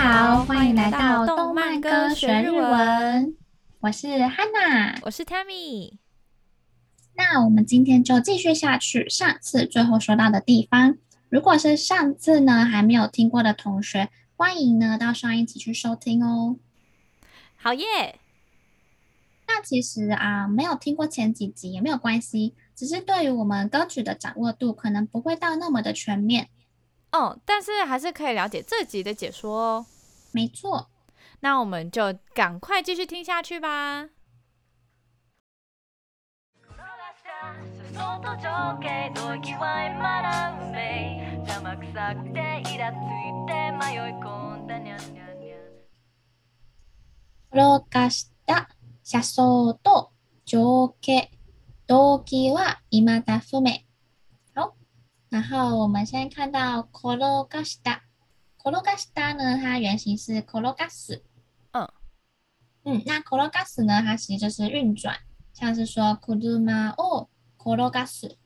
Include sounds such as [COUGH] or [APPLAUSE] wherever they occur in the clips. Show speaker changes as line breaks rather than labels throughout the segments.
好，欢迎来到动漫歌学日文，我是 Hanna。
我是 Tammy。
那我们今天就继续下去上次最后说到的地方。如果是上次呢还没有听过的同学，欢迎呢到上一集去收听哦。
好耶！
那其实啊，没有听过前几集也没有关系，只是对于我们歌曲的掌握度可能不会到那么的全面。
哦，但是还是可以了解这集的解说哦。
没错，
那我们就赶快继续听下去吧。
その情景の際まらうめい邪魔くさくてイラついて迷い込んだにゃんにゃんにゃん
転がした車窓と情景、動機は未だ不明。好，然后我们现在看到転がした，転がした呢，它原型是転がす。
嗯
嗯，那転がす呢，它其实就是运转，像是说車を転がす，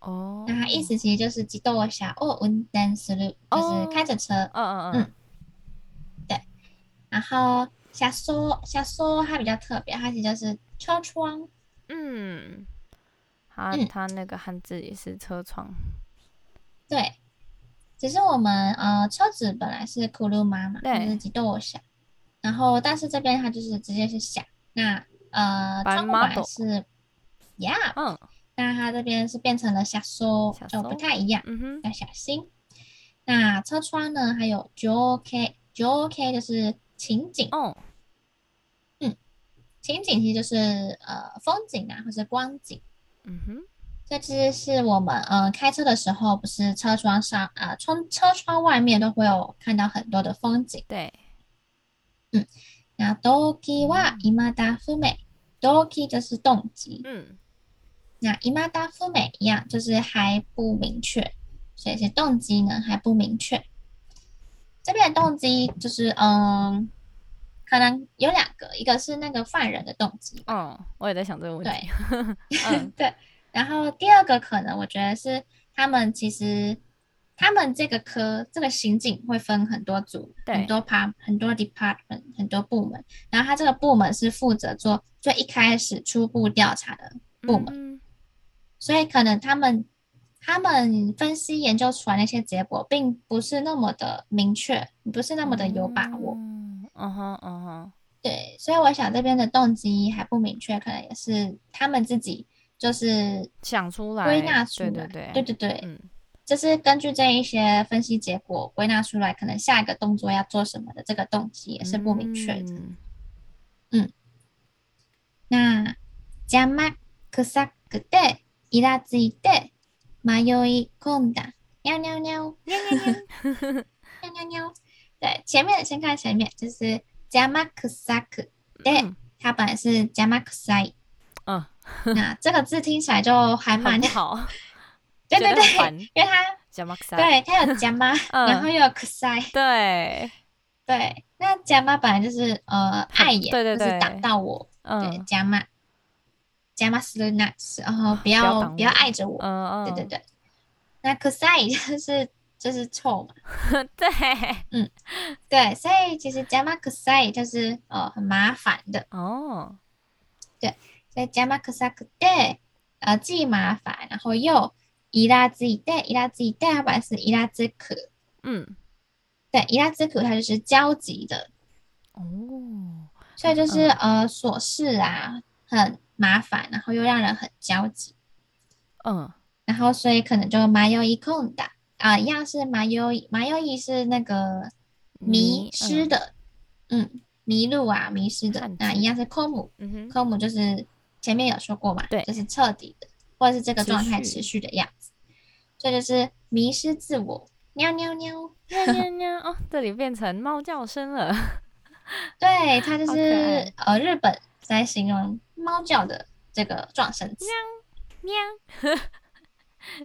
哦
那它嗯意思其实就是自動車を運転する，就是
哦
开着车。
嗯嗯
嗯
嗯，
然后車窓，車窓它比较特别，它其实就是车窗。
嗯，好
嗯，
它那个汉字也是车窗。
对，只是我们呃车子本来是 kuruma 嘛，
对
就是几度下，然后但是这边它就是直接是下，那呃
白
窗户本来
model
是，yeah，
嗯
那它这边是变成了下收，
下
就不
收
太一样，
嗯哼，
要小心。那车窗呢，还有 JOK JOK 就是情景，
哦
情景其实就是呃风景啊，或是光景。
嗯哼，
这只是我们呃开车的时候，不是车窗上呃窗车窗外面都会有看到很多的风景。
对，
那 doki wa imada fume，doki 就是动机，
嗯
那 imada fume 一样就是还不明确，所以是动机呢还不明确。这边的动机就是嗯，可能有两个，一个是那个犯人的动机，
哦，我也在想这个问
对
题。 [LAUGHS] 嗯
对，然后第二个可能，我觉得是他们其实他们这个科这个刑警会分很多组，很
对
多 part 很多 department 很多部门，然后他这个部门是负责做最一开始初步调查的， [LAUGHS] 部门
嗯
所以可能他们他们分析研究出来那些结果，并不是那么的明确，不是那么的有把握。
嗯嗯哼嗯哼，
对，所以我想这边的动机还不明确，可能也是他们自己就是
想出来，
归纳出
对
来，
对
对
对，
对对
嗯
就是根据这一些分析结果归纳出来，可能下一个动作要做什么的这个动机也是不明确的。
嗯
那邪魔くさくてイラついて迷い込んだ。喵喵喵喵喵喵喵喵
[LAUGHS]
喵。对，前面先看前面，就是邪魔くさくて，
嗯
它本来是邪魔くさい。
嗯， [LAUGHS]
那这个字听起来就还蛮
很不，好，
[LAUGHS] 对对
觉得很
对
烦，
因为它
加马克萨，
对它有邪魔，
嗯
然后又有くさい。
对，
对，那加妈本来就是呃
很
碍眼，
对对
就是挡
对
到我。对，
嗯
加妈，加妈是 nice，然后不
要
要
挡
不要
我
碍着我。
嗯，
对对
嗯
对，那 kusai 就是就是臭嘛。
[LAUGHS] 对，
对，所以其实加妈 kusai 就是呃很麻烦的，
哦，
所以加妈 kusai day 呃既麻烦，然后又伊拉自己 day 伊拉自己 day，它本来是伊拉之可，
嗯，
对，伊拉之可它就是交集的，
哦，
所以就是、
嗯
呃琐事啊很麻烦，然后又让人很焦急，
嗯，
然后所以可能就麻油一控的啊，一样是麻油麻油一是那个迷失，的，嗯迷路啊迷失的
汉，字
那一样是空母，
嗯
[LAUGHS]
嗯哼，
空母就是前面有说过嘛，
对
就是彻底的或者是这个状态
持
持
续
续的样子，这就是迷失自我，喵喵喵，
喵喵喵，哦，这里变成猫叫声了， [LAUGHS]
对，它就
好可
是
爱
呃日本在形容猫叫的这个撞声词。
喵，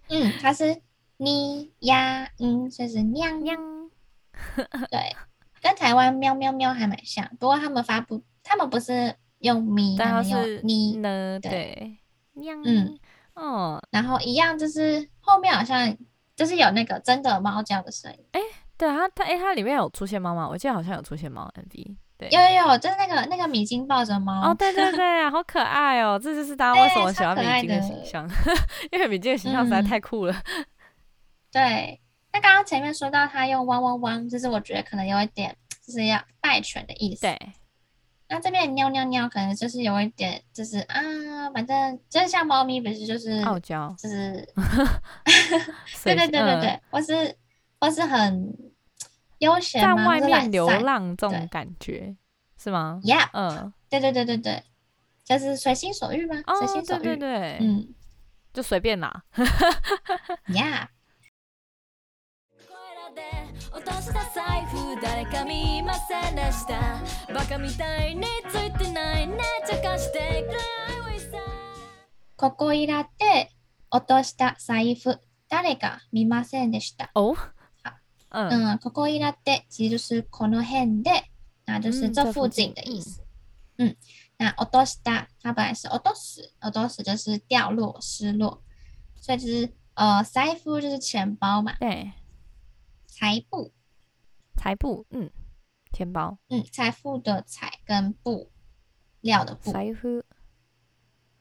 嗯，它是咪呀嗯，所以是喵
喵
喵。，对，跟台湾喵喵喵还蛮像，不过他们发不，他们不是用咪，
但
他
它
们用
是
咪，
呢，
对
对，喵，
嗯，
哦，
然后一样就是后面好像就是有那个真的猫叫的声音，
对它它哎，它里面有出现猫吗？我记得好像有出现猫 MV。对，
有有有，就是那个那个米津抱着猫。
哦，对对对，好可爱哦！这就是大家
啊
为什么我喜欢米津的形象， [LAUGHS] 因为米津的形象实在
嗯
太酷了。 [LAUGHS]
对，那刚刚前面说到他用汪汪汪，就是我觉得可能有一点就是要败犬的意思。
对，
那这边喵喵喵，可能就是有一点，就是啊，反正就是像猫咪，不是就是、
傲娇，
就是
所
对对
以
对对
嗯
对，或是或是很悠闲
在
吗
外
或是
面
懒
流
散
浪这种
对
感觉是吗？
，Yeah，
嗯，
对对对对对，就是随心所欲吗？
哦
随，心所
对
欲，
对对，
嗯
就随便啦。
，Yeah，
声で落とした財布誰か見ませんでしたバカみたいについてないね茶化してくれ I will say
ここいらって落とした財布誰か見ませんでした。
哦
好，
嗯，
嗯，ここいらって其实就是この辺で，那就是
嗯
这
这
附
附
近
近
的意思。嗯，那落とした它本来是落とす，落とす就是掉落、失落，所以就是呃，財布就是钱包嘛，
对，
财布，
财布，嗯，钱包，
嗯，财富的财跟布料的布，
财布，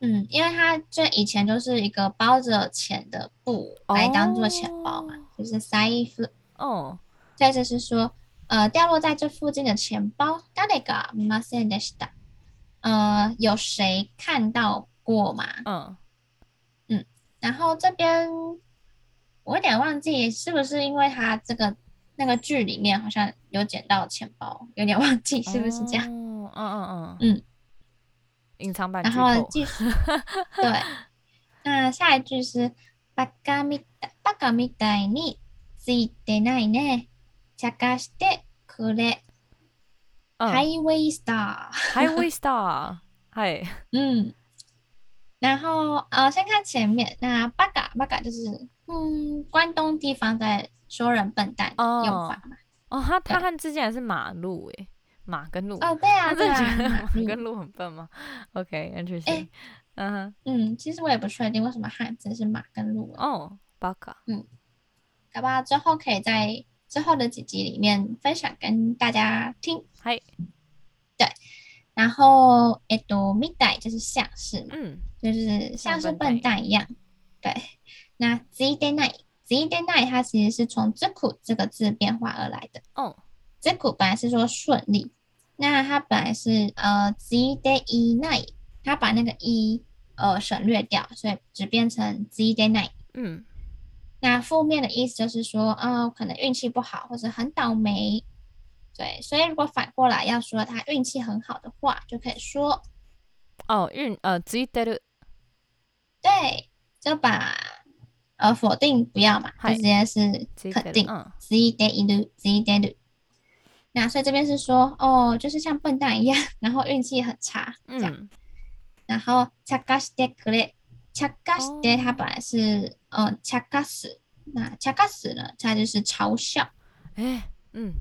嗯，因为它最以前就是一个包着钱的布来当做钱包嘛，就是財布。
哦，
再就是说，呃，掉落在这附近的钱包，誰か見ませんでした。呃，有谁看到过吗？
嗯，
然后这边我有点忘记是不是因为他这个那个剧里面好像有捡到钱包，有点忘记是不是这样。
哦？嗯嗯嗯，
嗯，
隐藏版
然
剧
后
透， [LAUGHS]
继续，对，那下一句是バカみたいバカみたいについてないね。茶化してくれ。
嗯
Highway Star。
，Highway Star，嗨，
嗯，然后呃，先看前面，那八嘎八嘎就是嗯，关东地方在说人笨蛋的用法嘛。
哦，它它
对
和之前是马路诶，马跟路，
哦，对啊，
我
对
真的
啊，哎
觉得
马
马
路
跟路很笨吗？OK，interesting，嗯哼，
嗯，其实我也不确定为什么汉字是马跟鹿啊，
哦，巴卡，
搞不好之后可以在之后的几集里面分享跟大家听。
嗨，
然后，えっと、みたい就是像是嘛，
嗯，
就是像是
像笨蛋
笨蛋一样。对，那 z d a y night z d a y night 它其实是从 zuku 这个字变化而来的。
哦，
这股本来是说顺利，那它本来是呃 z day e night，它把那个 e 呃省略掉，所以只变成 z day night。
嗯，
那负面的意思就是说，呃，可能运气不好或者很倒霉。对，所以如果反过来要说他运气很好的话，就可以说
哦，运呃，ついてる，
对，就把呃否定不要嘛，就
嗨
直接是
ついて
肯
る
定，。
嗯，
z day i n z day do。那所以这边是说，哦，就是像笨蛋一样， [LAUGHS] 然后运气很差，这样。
嗯，
然后 chakaste kure chakaste
哦
它本来是呃 chakas，那 chakas 呢，它就是嘲笑。
哎，嗯，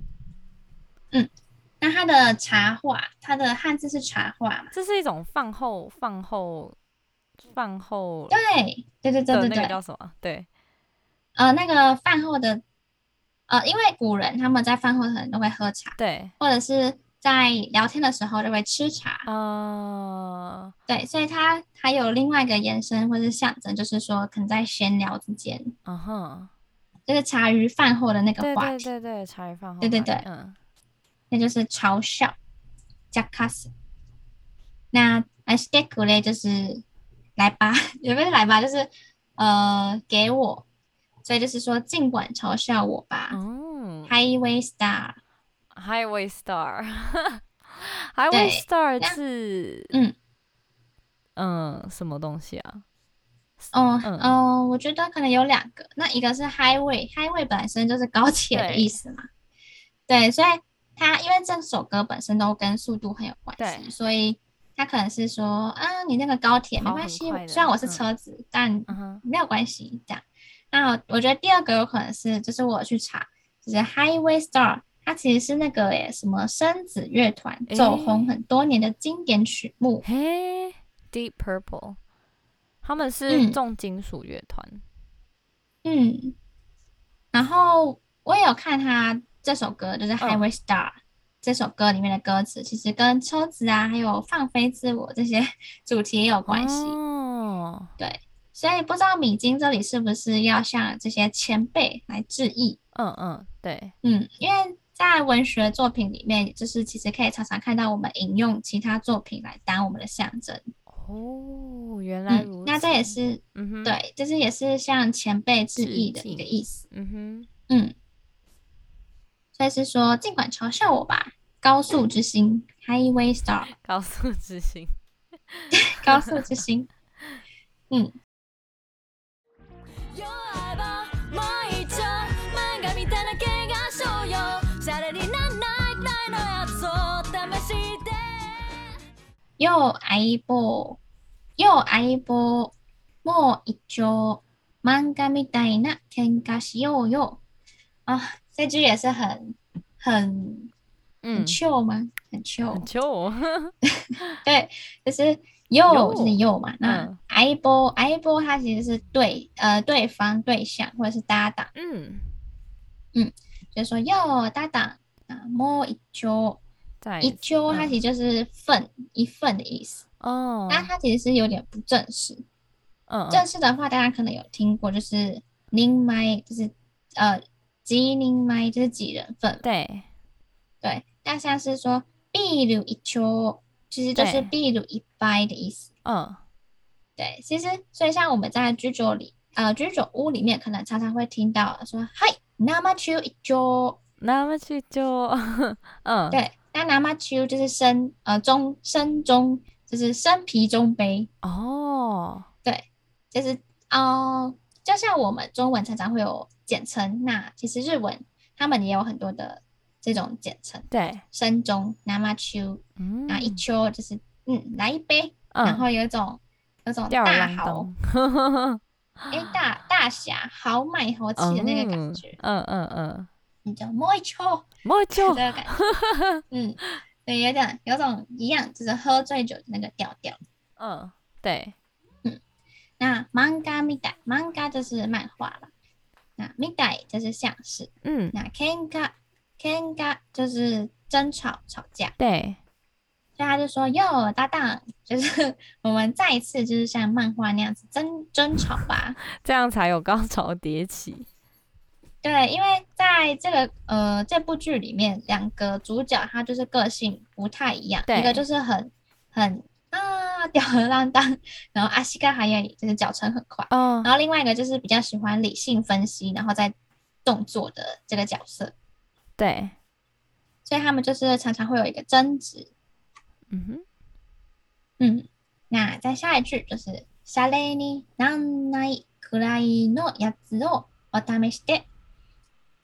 那它的茶话，它的汉字是茶话嘛？
这是一种饭后饭后饭后
对，对对对
的
对
那个
对
叫，什么？对，
呃，那个饭后的，呃，因为古人他们在饭后可能都会喝茶，
对，
或者是在聊天的时候就会吃茶。
啊，
对，所以它还有另外一个延伸或是象征，就是说可能在闲聊之间，
嗯哼，
就是茶余饭后的那个
对
话
对
题，
对对，茶余饭后话题，
对对对
嗯，
那就是嘲笑 j a k a s 那 a s t e k u 嘞就是来吧， [LAUGHS] 也不是来吧，就是呃给我，所以就是说尽管嘲笑我吧。
哦
Highway Star，
，Highway [LAUGHS] Star，Highway
对
Star
那
是
嗯
嗯什么东西啊？
哦、
嗯
哦，我觉得可能有两个，那一个是 Highway，Highway 本身就是高铁的
对
意思嘛，对，所以它因为这首歌本身都跟速度很有关系，
对
所以它可能是说啊，你那个高铁没
跑
关
很
系
快，的
虽然我是
嗯
车子，但
嗯哼，
没有关系，这样。那我觉得第二个有可能是，就是我去查，就是 Highway Star，它其实是那个耶什么深紫乐团
诶
走红很多年的经典曲目，
嘿，Deep Purple，他们是
嗯
重金属乐团，
嗯。然后我也有看他这首歌，
嗯
就是《Highway Star》这首歌里面的歌词，其实跟车子啊，还有放飞自我这些主题也有关系。
哦，
对，所以不知道米津这里是不是要向这些前辈来致意？
嗯嗯，对，
嗯，因为在文学作品里面，就是其实可以常常看到我们引用其他作品来当我们的象征。
哦，原来如
嗯
此。，
那这也，是
嗯哼，，
对，就是也是向前辈致
致
意的一
敬
个意思。
嗯哼，
嗯，所以是说，尽管嘲笑我吧，高速之星 （Highway Star），
高速 [LAUGHS] 之星。
高速之星。嗯，
弱えばもう一丁漫画みたいな怪我しようよシャレになんないくらいのやつを試して
又相棒、又相棒、もう一丁、漫画みたいな喧嘩しようよ。啊，这句也是很很
嗯
很，chill 吗？很
很
chill，
[LAUGHS] 臭。
对，就是又
又
就是又嘛。那
嗯
相棒、相棒它其实是对呃对方、对象或者是搭档。
嗯，
就是说哟，搭档啊，摸一揪，
再
一揪，它
嗯
其实就是份、一份的意思。
哦，
那它其实是有点不正式。
嗯
正式的话，大家可能有听过，就是您买，就是呃几您买，就是几人份。
对，
对，那像是说秘鲁一揪，其实就是
对
秘鲁一掰的意思。
嗯
对，其实所以像我们在居酒里，呃，居酒屋里面，可能常常会听到说嗨，那么揪一揪。
那么去 [LAUGHS] 就嗯，
对，那拿马丘就是生呃中生中就是生皮中杯，
哦，
就是哦、呃就像我们中文常常会有简称，那其实日文他们也有很多的这种简称，
对，
生中拿马丘，
嗯，
然后一丘就是嗯来一杯，然
嗯，
后有一种有一种
吊儿
大
郎
豪
当，嗯
哎大大侠豪迈豪
어,
气
음.
的那个感觉，
嗯嗯嗯，
你就摸一丘。
莫
这个
就
感觉，嗯，对，有点有种一样，就是喝醉酒的那个调调。
嗯，对，
那 manga m i d a manga 就是漫画了，那 m i d a 就是像是，
嗯，
那 kenga kenga 就是争吵吵架，
对，
所以他就说哟搭档，就是 [LAUGHS] 我们再一次就是像漫画那样子争争吵吧。
这样才有 [LAUGHS] 高潮迭起。
对，因为在这个呃这部剧里面，两个主角他就是个性不太一样，
对
一个就是很很啊吊儿郎当，然后阿西嘎还有就是脚程很快。
嗯
然后另外一个就是比较喜欢理性分析，然后再动作的这个角色，
对，
所以他们就是常常会有一个争执。
嗯哼，
嗯，那再下一句就是“シャレになんないくらいのやつをお試して”。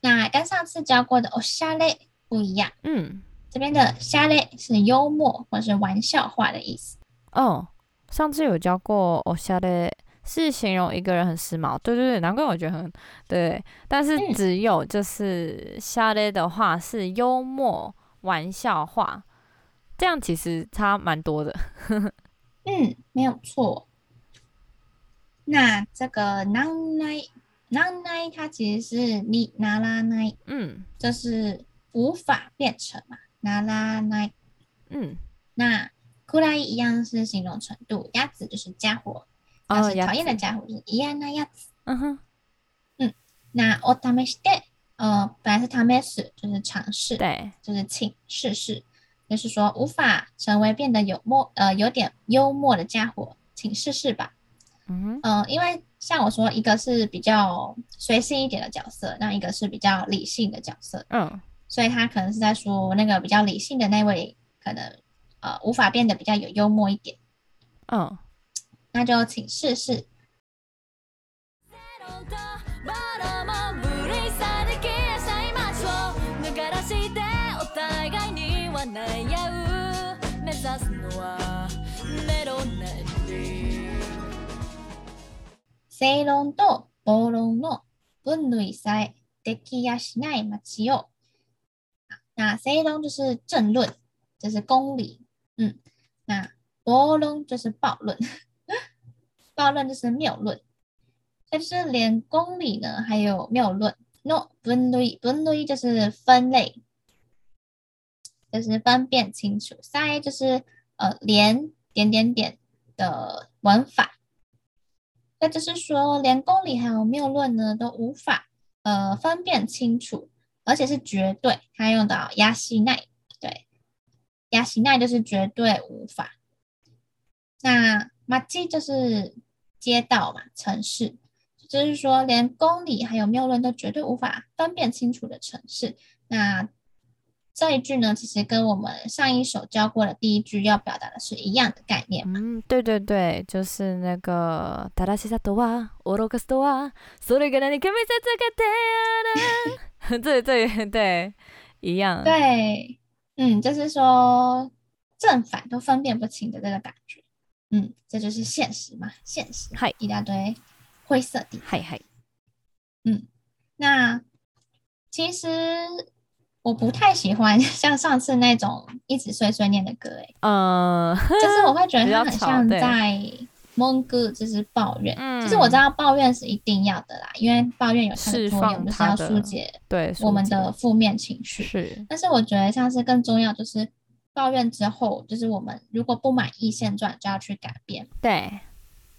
那跟上次教过的“おしゃれ”不一样，
嗯，
这边的“シャレ”是幽默或是玩笑话的意思。
哦，上次有教过我下的。是形容一个人很时髦，对对对，难怪我觉得很对。但是
嗯
只有就是下列的话是幽默玩笑话，这样其实差蛮多的。
嗯，没有错。那这个“なんない”“なんない”它其实是“你ならない
嗯”，
就是无法变成嘛，“ならない”。
嗯，
那库拉伊一样是形容程度，鸭子就是家伙，那
哦
是
呀
讨，厌的家伙，就是伊安那鸭子。
嗯哼，
那お試しで，呃，本来是試す，就是尝试，
对，
就是请试试，就是说无法成为变得有默，呃，有点幽默的家伙，请试试吧。
嗯哼，
嗯、因为像我说，一个是比较随性一点的角色，那一个是比较理性的角色，
嗯，
所以他可能是在说那个比较理性的那位，可能呃无法变得比较有幽默一点。
嗯，
那就请试试。
「バラも無理さで消えない街を抜か出してお互いには悩合う」「目指すのはメロンなり」
正論と暴論の分類さえできやしない街を。那正論就是正论，就是公理。嗯，那暴论就是暴 [LAUGHS] 论，暴论就是谬论。但是连公理呢，还有谬论，の分類，分类就是分类，就是分辨清楚。再就是呃连点点点的文法，那就是说连公理还有谬论呢都无法呃分辨清楚，而且是绝对。他用到亚西奈，对，亚西奈就是绝对无法。那马基就是街道嘛，城市，就是说连公理还有谬论都绝对无法分辨清楚的城市。那这一句呢，其实跟我们上一首教过的第一句要表达的是一样的概念。
嗯，对对对，就是那个「正しさとは愚かさとはそれが何か見せつけてある」对对对，一样。
对，嗯，就是说正反都分辨不清的这个感觉。嗯，这就是现实嘛，现实
嗨
一大堆灰色地带。
嗨嗨，
那其实我不太喜欢 [LAUGHS] 像上次那种一直碎碎念的歌，
[LAUGHS]
哎，
嗯，
就是我会觉得
比较
它很
吵
像
对
在蒙哥，就是抱怨。
嗯
就是我知道抱怨是一定要的啦，因为抱怨有它的
释
作
放
用，就是
它
要
的
疏解
[LAUGHS] 对，
我们
书籍
的负面情绪。
是
但是我觉得像是更重要，就是抱怨之后，就是我们如果不满意现状，就要去改变。
对，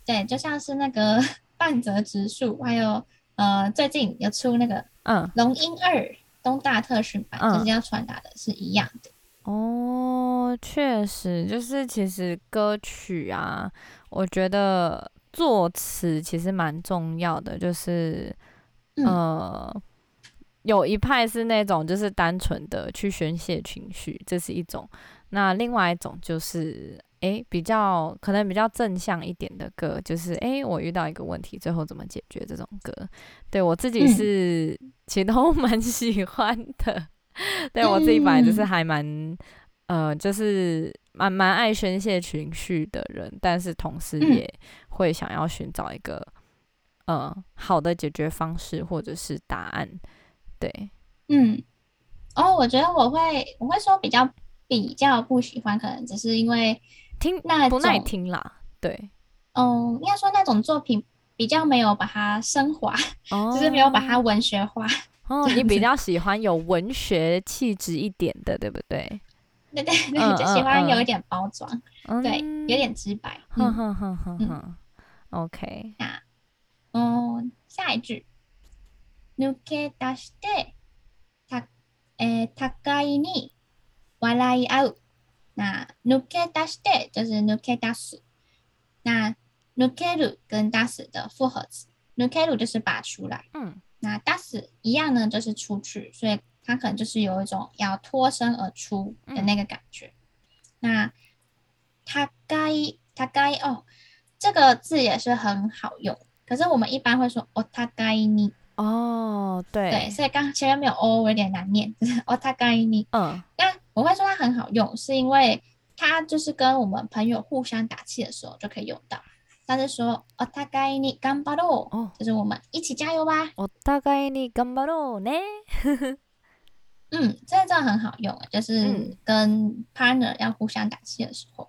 对，就像是那个 [LAUGHS] 半泽直树，还有呃，最近有出那个《
嗯，
龙樱二》东大特训版，
嗯
就是要传达的是一样的。
哦，确实，就是其实歌曲啊，我觉得作词其实蛮重要的，就是、
嗯
呃，有一派是那种就是单纯的去宣泄情绪，这是一种；那另外一种就是。诶，比较可能比较正向一点的歌，就是诶，我遇到一个问题，最后怎么解决这种歌，对我自己
嗯
是、其实都 [LAUGHS] 蛮喜欢的。对我自己本来就是
嗯
还蛮呃，就是蛮蛮爱宣泄情绪的人，但是同时
嗯
也会想要寻找一个、呃好的解决方式或者是答案。对，
嗯，哦，我觉得我会我会说比较比较不喜欢，可能只是因为
听
那
不
种
耐听啦，对，
嗯，应该说那种作品比较没有把它升华， [LAUGHS]
哦
就是没有把它文学化。 [LAUGHS]
哦，
这
你
样
比
子
较喜欢有文学气质一点的，对不对？
对对对，
嗯
就喜欢
嗯
有
嗯
一点包装，对，
嗯
有，点直白。
哼
嗯
哼哼哼
嗯
哼，OK，
那，嗯，下一句，抜け出して、た、えー、互いに笑い合う。那抜け出して就是抜け出す。那抜ける跟出す的复合词，抜ける就是拔出来，
嗯，
那出す一样呢，就是出去，所以它可能就是有一种要脱身而出的那个感觉。
嗯
那他该他该哦，这个字也是很好用，可是我们一般会说哦他该你
哦，对，
对，所以刚前面没有哦，我有点难念， [LAUGHS] 就是哦他该你。
嗯，
那我会说它很好用，是因为它就是跟我们朋友互相打气的时候就可以用到。但是说哦他该你干巴喽，
哦
就是我们一起加油吧。
お互いに頑張ろうね。
嗯，这真的很好用，欸就是
嗯
跟 partner 要互相打气的时候。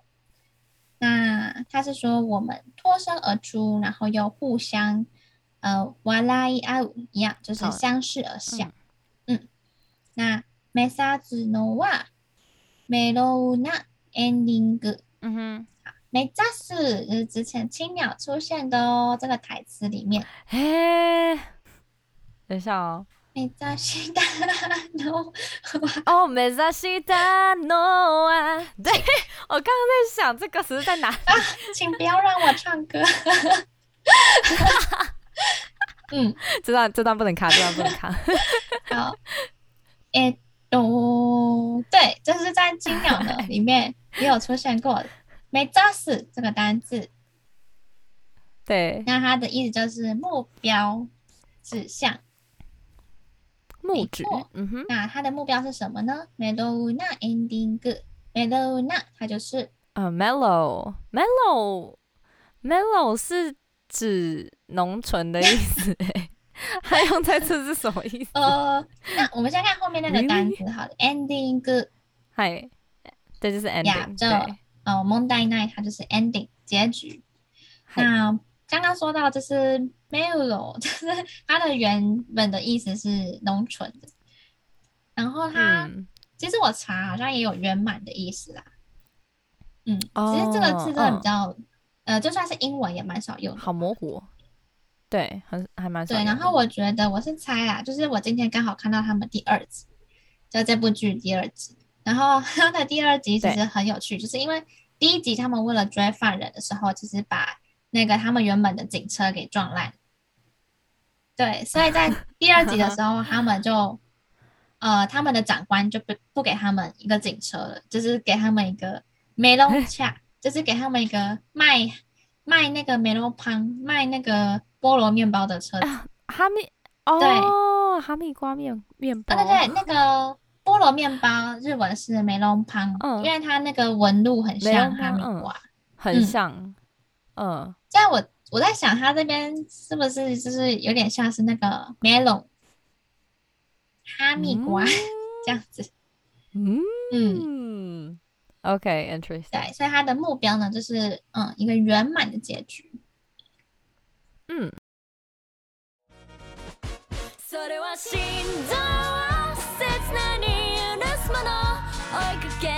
那他是说我们脱身而出，然后又互相呃哇啦一啊呜一样，就是
好
相视而笑。嗯那没啥子のはメロウなエンディング。
嗯哼，
没扎死，就是之前青鸟出现的哦，这个台词里
[LAUGHS]
面。
嘿， [LAUGHS] 等一下哦。
没扎死的 no，
哦，目指したの
[LAUGHS]
は，对我刚刚在想这个词在哪？ [LAUGHS]
请不要让我唱歌。嗯，
这段这段不能卡，这段不能卡。 [LAUGHS]
好，诶、哦，对，就是在《青鸟的里面也有出现过“没扎死”这个单字，
对，
那它的意思就是目标指向。
木指
错，
嗯哼，
那它的目标是什么呢？メロウナ ending good，メロウナ它就是
呃，mellow，mellow，mellow 是指浓醇的意思， [LAUGHS] 哎，还用在这是什么意思？ [LAUGHS]
呃，那我们先看后面那个单词好了，ending good，
嗨，这就是 ending，
这
对，
呃，問題ない它就是 ending 结局。
嗨
那刚刚说到就是 melo [LAUGHS] 就是它的原本的意思是农村的，然后它、
嗯，
其实我查好像也有圆满的意思啦。嗯，
哦
其实这个字真的
嗯
比较、呃，就算是英文也蛮少用的。
好模糊哦，对，很还蛮少
对，
用
然后
的
我觉得我是猜啦，就是我今天刚好看到他们第二集，就这部剧第二集。然后 [LAUGHS] 他的第二集其实
对
很有趣，就是因为第一集他们为了追犯人的时候，其实把那个他们原本的警车给撞烂。对，所以
[LAUGHS]
在第二集的时候，他们就呃，他们的长官就不不给他们一个警车了，就是给他们一个
哎
melon c h a 就是给他们一个卖卖那个 melon pan 卖那个菠萝面包的
[LAUGHS]
车子。
哈密
对
哦，哈密瓜面面包，
啊，对对，那个菠萝面包日文是梅隆胖，
嗯
因为它那个纹路很像
梅隆
哈
胖
密
嗯
瓜。
很
嗯
像，嗯，
这样我我在想，它这边是不是就是有点像是那个梅隆哈密瓜、这样子？
嗯
嗯，
嗯，OK，interesting，
对，所以它的目标呢，就是嗯一个圆满的结局。
嗯，
それは心臓を切なに許すもの追いかけ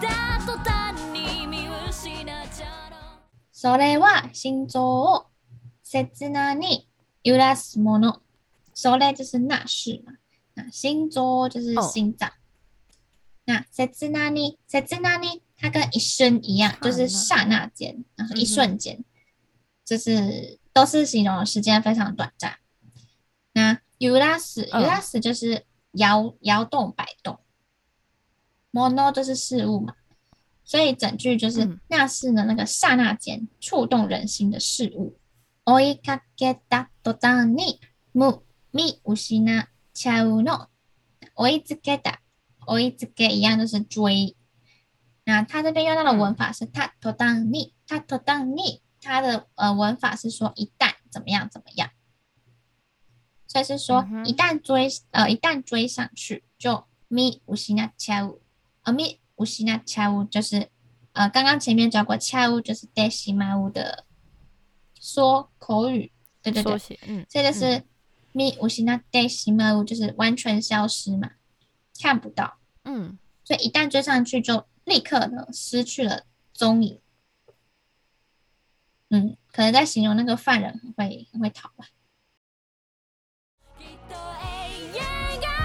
た途端に見失っちゃうの
それは心臓を切なに揺らすもの。それ就是那是嘛，那心臓就是
哦
心脏。那切なに切なに，它跟一瞬一样，就是刹那间，然后一瞬间，就是都是形容时间非常短暂。那揺らす
嗯
揺らす就是摇摇动摆动。mono 就是事物嘛，所以整句就是、
嗯
那是呢那个刹那间触动人心的事物。追いかけた途端に無見失っちゃうの。追いつけた，追いつけ一样就是追。那他这边用到的文法是他途端に，他途端に，他的呃文法是说一旦怎么样怎么样，所以是说
嗯哼
一旦追、呃一旦追上去就み失っちゃう。而み失っちゃう就是呃，刚刚前面教过，恰乌就是デシマ乌的缩口语，对对
缩
对，
写，嗯，
所以就是み失っデシマ乌就是完全消失嘛，看不到，
嗯，
所以一旦追上去就立刻呢失去了踪影。嗯，可能在形容那个犯人很会很会逃吧。
きっと永遠が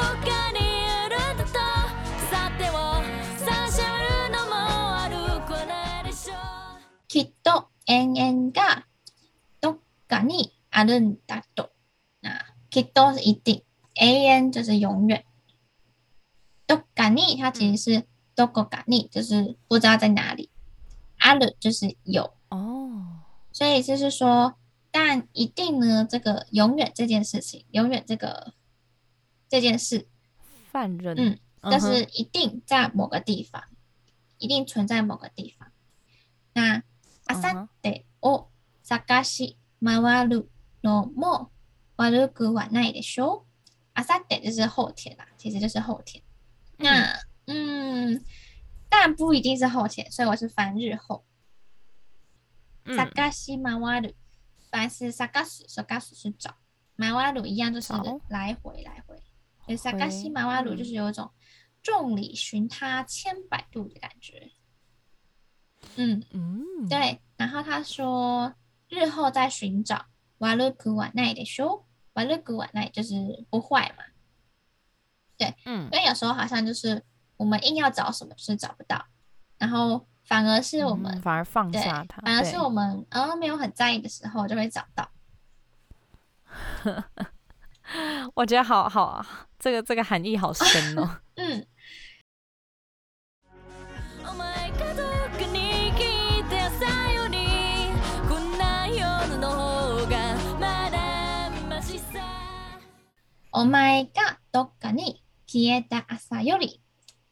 どっかにいるだとさてを差し上るのも悪くないでしょう
きっと永遠がどっかにあるんだと。那きっと是一定，永遠就是永远。どっかに它其实
嗯
是どこかに，就是不知道在哪里。ある就是有，
哦，
所以就是说，但一定呢，这个永远这件事情，永远这个这件事，
犯人，
嗯，
嗯
但
哼
是一定在某个地方，一定存在某个地方。那あ
嗯
さっ
哼
てを探し回るのも悪くはないでしょう。あさって就是后天啦，其实就是后天。那嗯，但不一定是后天，所以我是翻日后。
嗯
探し回る，凡是探す，探す是找，回る一样就是
找
来回来回。对，萨
回
嘎西马瓦鲁就
嗯
是有一种众里寻他千百度的感觉。嗯，
嗯，
对。然后他说，日后再寻找瓦鲁古瓦奈的修，瓦鲁古瓦奈就是不坏嘛。
嗯，
因为有时候好像就是我们硬要找什么，就是找不到，然后反而是我们
嗯反而放
对
下他，
反而
对
是我们呃没有很在意的时候就会找到。
我觉得好好，这个这个含义好深哦。
嗯，
お前家族に聞いてさよにこんな夜の方がまだマシさ
お前がどっかに消えた朝より，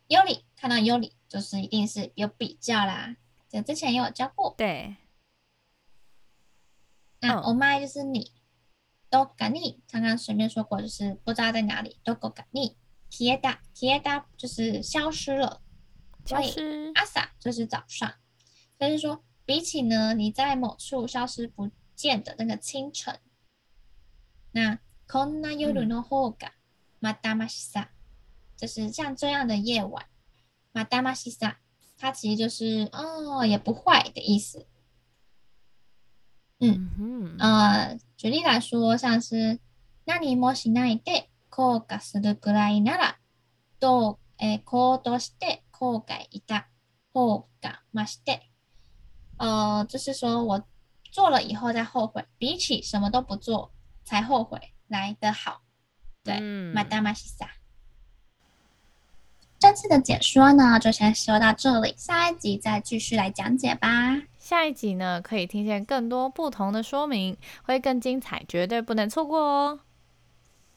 より看到より就是一定是有比较啦，这之前也有教过。
[LAUGHS] 对，
那
嗯
お前就是你，どっかに刚刚随便说过，就是不知道在哪里。どこかに消えた消えた就是消失了，
就
所以
是
朝就是早上。所以说，比起呢你在某处消失不见的那个清晨，那こんな夜の方がまたましさ，就是像这样的夜晚，またましさ，它其实就是哦也不坏的意思。
嗯哼，
呃，举例来说，像是那你もしないで後悔するくらいなら、どうえー行動して後悔いた方がまして，呃，就是说我做了以后再后悔，比起什么都不做才后悔来得好。对，
嗯
马达马西萨。这次的解说呢，就先说到这里，下一集再继续来讲解吧。
下一集呢可以听见更多不同的说明，会更精彩，绝对不能错过哦。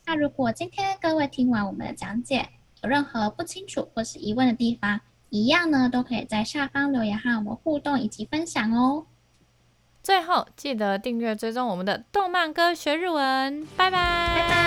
那如果今天各位听完我们的讲解，有任何不清楚或是疑问的地方，一样呢都可以在下方留言和我们互动以及分享哦。
最后记得订阅追踪我们的动漫歌学日文，拜拜
拜拜。